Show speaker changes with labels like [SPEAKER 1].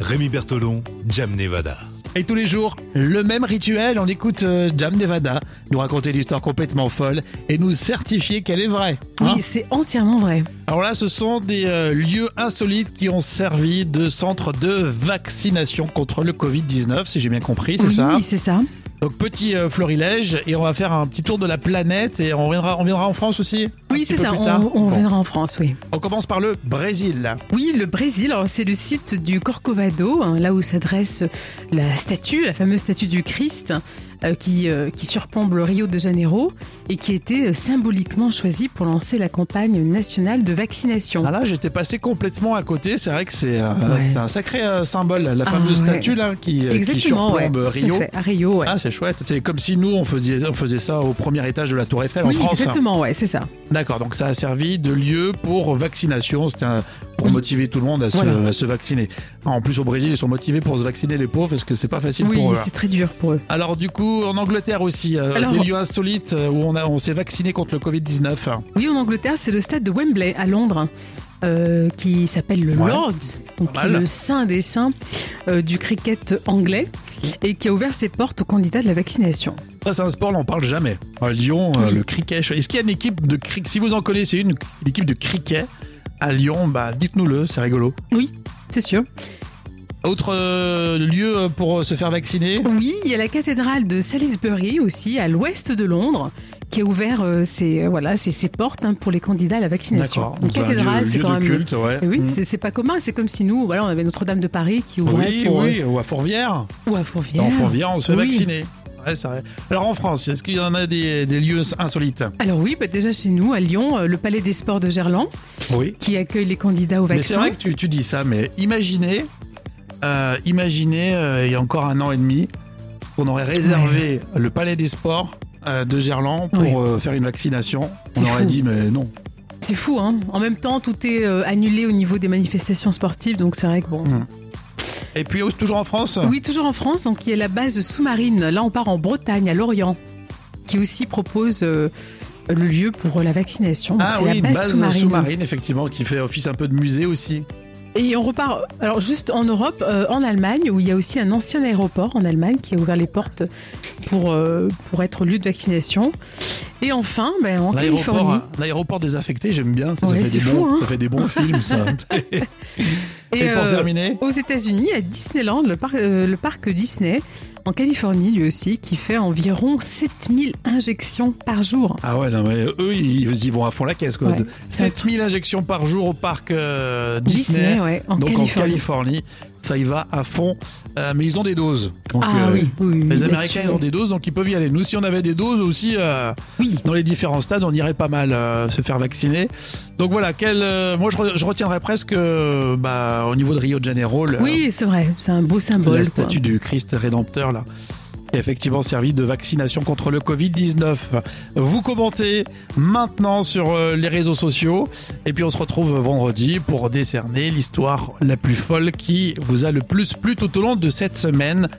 [SPEAKER 1] Rémi Bertolon, Jam Nevada.
[SPEAKER 2] Et tous les jours, le même rituel, on écoute euh, Jam Nevada nous raconter l'histoire complètement folle et nous certifier qu'elle est vraie. hein.
[SPEAKER 3] Oui, c'est entièrement vrai.
[SPEAKER 2] Alors là, ce sont des euh, lieux insolites qui ont servi de centre de vaccination contre le Covid-19, si j'ai bien compris, c'est
[SPEAKER 3] oui,
[SPEAKER 2] ça
[SPEAKER 3] c'est ça.
[SPEAKER 2] Donc petit euh, florilège et on va faire un petit tour de la planète et on viendra, on viendra en France aussi un
[SPEAKER 3] Oui,
[SPEAKER 2] petit
[SPEAKER 3] c'est
[SPEAKER 2] peu
[SPEAKER 3] ça.
[SPEAKER 2] plus
[SPEAKER 3] On,
[SPEAKER 2] tard.
[SPEAKER 3] on
[SPEAKER 2] Bon.
[SPEAKER 3] reviendra en France, oui.
[SPEAKER 2] On commence par le Brésil. là.
[SPEAKER 3] Oui, le Brésil, alors c'est le site du Corcovado, hein, là où s'adresse la statue, la fameuse statue du Christ, euh, qui, euh, qui surplombe le Rio de Janeiro et qui a été euh, symboliquement choisie pour lancer la campagne nationale de vaccination.
[SPEAKER 2] Ah là, j'étais passé complètement à côté. C'est vrai que c'est euh,
[SPEAKER 3] Ouais.
[SPEAKER 2] c'est un sacré euh, symbole, la
[SPEAKER 3] Ah,
[SPEAKER 2] fameuse
[SPEAKER 3] ouais.
[SPEAKER 2] statue là qui, euh, qui
[SPEAKER 3] Exactement, ouais,
[SPEAKER 2] surplombe euh,
[SPEAKER 3] tout à
[SPEAKER 2] Rio.
[SPEAKER 3] fait, à Rio, ouais.
[SPEAKER 2] Ah, c'est chouette. C'est comme si nous, on faisait, on faisait ça au premier étage de la Tour Eiffel
[SPEAKER 3] oui,
[SPEAKER 2] en France. hein.
[SPEAKER 3] exactement, ouais, c'est ça.
[SPEAKER 2] D'accord, donc ça a servi de lieu pour vaccination, c'était un- pour
[SPEAKER 3] Oui.
[SPEAKER 2] motiver tout le monde à se,
[SPEAKER 3] Voilà.
[SPEAKER 2] à se vacciner. En plus, au Brésil, ils sont motivés pour se vacciner les pauvres parce que c'est pas facile
[SPEAKER 3] Oui,
[SPEAKER 2] pour eux. hein.
[SPEAKER 3] c'est très dur pour eux.
[SPEAKER 2] Alors du coup, en Angleterre aussi, euh,
[SPEAKER 3] Alors-
[SPEAKER 2] des lieux insolites euh, où on, a- on s'est vacciné contre le hein. Covid-19.
[SPEAKER 3] Oui, en Angleterre, c'est le stade de Wembley à Londres. euh, qui s'appelle le
[SPEAKER 2] Ouais.
[SPEAKER 3] Lords, donc
[SPEAKER 2] Pas
[SPEAKER 3] qui est
[SPEAKER 2] mal.
[SPEAKER 3] le saint des saints euh, du cricket anglais et qui a ouvert ses portes aux candidats de la vaccination.
[SPEAKER 2] Ça, c'est un sport, là, on parle jamais. À Lyon, euh,
[SPEAKER 3] Oui.
[SPEAKER 2] le cricket. je- Est-ce qu'il y a une équipe de cricket Si vous en connaissez une, une équipe de cricket à Lyon, bah, dites-nous-le, c'est rigolo.
[SPEAKER 3] C'est sûr.
[SPEAKER 2] Autre euh, lieu euh, pour euh, se faire vacciner
[SPEAKER 3] Oui, il y a la cathédrale de Salisbury aussi, à l'ouest de Londres, qui a ouvert euh, ses, euh, voilà, ses, ses portes hein, pour les candidats à la vaccination.
[SPEAKER 2] donc
[SPEAKER 3] Une
[SPEAKER 2] c'est un
[SPEAKER 3] cathédrale,
[SPEAKER 2] lieu-
[SPEAKER 3] c'est
[SPEAKER 2] lieu
[SPEAKER 3] quand
[SPEAKER 2] de
[SPEAKER 3] même.
[SPEAKER 2] culte, ouais.
[SPEAKER 3] Eh Oui,
[SPEAKER 2] Mm.
[SPEAKER 3] c'est c'est pas commun. C'est comme si nous, voilà, on avait Notre-Dame de Paris qui ouvrait
[SPEAKER 2] Oui,
[SPEAKER 3] pour, euh,
[SPEAKER 2] oui, ou à Fourvière.
[SPEAKER 3] ou à Fourvière.
[SPEAKER 2] En Fourvière, on se fait
[SPEAKER 3] Oui.
[SPEAKER 2] vacciner. Ouais, c'est vrai. Alors en France, est-ce qu'il y en a des, des lieux insolites
[SPEAKER 3] Alors oui, bah, déjà chez nous, à Lyon, euh, le Palais des Sports de Gerland,
[SPEAKER 2] Oui.
[SPEAKER 3] qui accueille les candidats au
[SPEAKER 2] Mais c'est
[SPEAKER 3] vaccin.
[SPEAKER 2] vrai que tu, tu dis ça, mais imaginez, euh, imaginez euh, il y a encore un an et demi, qu'on aurait réservé le Palais des Sports euh, de Gerland pour
[SPEAKER 3] Oui.
[SPEAKER 2] euh, faire une vaccination. On
[SPEAKER 3] C'est
[SPEAKER 2] aurait
[SPEAKER 3] fou.
[SPEAKER 2] dit, mais non.
[SPEAKER 3] C'est fou, hein. En même temps, tout est euh, annulé au niveau des manifestations sportives, donc c'est vrai que bon.
[SPEAKER 2] Et puis oh, toujours en France
[SPEAKER 3] Oui, toujours en France, donc il y a la base sous-marine. Là, on part en Bretagne, à Lorient, qui aussi propose euh, le lieu pour la vaccination. Donc,
[SPEAKER 2] Ah
[SPEAKER 3] c'est
[SPEAKER 2] oui,
[SPEAKER 3] la
[SPEAKER 2] une
[SPEAKER 3] base,
[SPEAKER 2] base
[SPEAKER 3] sous-marine.
[SPEAKER 2] sous-marine, effectivement, qui fait office un peu de musée aussi.
[SPEAKER 3] Et on repart, alors juste en Europe, euh, en Allemagne, où il y a aussi un ancien aéroport en Allemagne qui a ouvert les portes pour, euh, pour être lieu de vaccination. Et enfin, ben, en Californie.
[SPEAKER 2] L'aéroport, l'aéroport désaffecté, j'aime bien. Ça, ça
[SPEAKER 3] Ouais,
[SPEAKER 2] fait
[SPEAKER 3] c'est
[SPEAKER 2] des
[SPEAKER 3] fou,
[SPEAKER 2] bons,
[SPEAKER 3] hein.
[SPEAKER 2] ça fait des bons films, ça. Et,
[SPEAKER 3] Et,
[SPEAKER 2] pour
[SPEAKER 3] euh,
[SPEAKER 2] terminer
[SPEAKER 3] Aux États-Unis, à Disneyland, le, par- euh, le parc Disney, en Californie lui aussi, qui fait environ 7000 injections par jour.
[SPEAKER 2] Ah ouais, non, mais eux, ils y vont à fond la caisse. quoi.
[SPEAKER 3] Ouais.
[SPEAKER 2] 7000 injections par jour au parc euh, Disney.
[SPEAKER 3] ouais, en
[SPEAKER 2] donc en
[SPEAKER 3] Californie.
[SPEAKER 2] Californie, ça y va à fond. Euh, mais ils ont des doses. Donc,
[SPEAKER 3] ah
[SPEAKER 2] euh,
[SPEAKER 3] oui, oui, oui,
[SPEAKER 2] Les
[SPEAKER 3] bien
[SPEAKER 2] Américains,
[SPEAKER 3] sûr.
[SPEAKER 2] ils ont des doses, donc ils peuvent y aller. Nous, si on avait des doses aussi, euh,
[SPEAKER 3] Oui.
[SPEAKER 2] dans les différents stades, on irait pas mal euh, se faire vacciner. Donc voilà, quel, euh, moi, je, re- je retiendrai presque euh, bah, au niveau de Rio de Janeiro. le-
[SPEAKER 3] Oui, c'est vrai, c'est un beau symbole.
[SPEAKER 2] euh, la
[SPEAKER 3] quoi.
[SPEAKER 2] statue du Christ rédempteur là qui a effectivement servi de vaccination contre le Covid-19. Vous commentez maintenant sur euh, les réseaux sociaux et puis on se retrouve vendredi pour décerner l'histoire la plus folle qui vous a le plus plu tout au long de cette semaine.